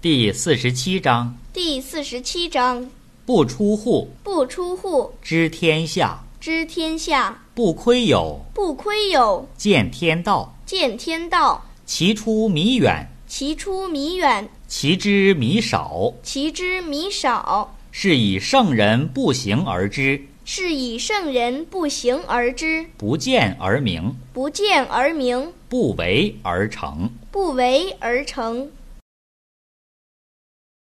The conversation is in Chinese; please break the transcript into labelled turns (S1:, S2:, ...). S1: 第四十七章：
S2: 第四十七章：
S1: 不出户，
S2: 不出户，
S1: 知天下；
S2: 知天下，
S1: 不窥友，
S2: 不窥友，
S1: 见天道。
S2: 见天道。
S1: 其出弥远，
S2: 其出弥远，
S1: 其知弥少，
S2: 其知弥少。
S1: 是以圣人不行而知，
S2: 是以圣人不行而知，
S1: 不见而明，
S2: 不见而明，
S1: 不为而成。
S2: 不为而成。